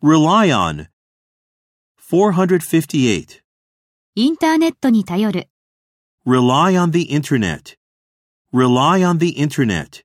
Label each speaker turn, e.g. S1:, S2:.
S1: Rely on. 458.
S2: インターネットに頼る。
S1: Rely on the internet. Rely on the internet.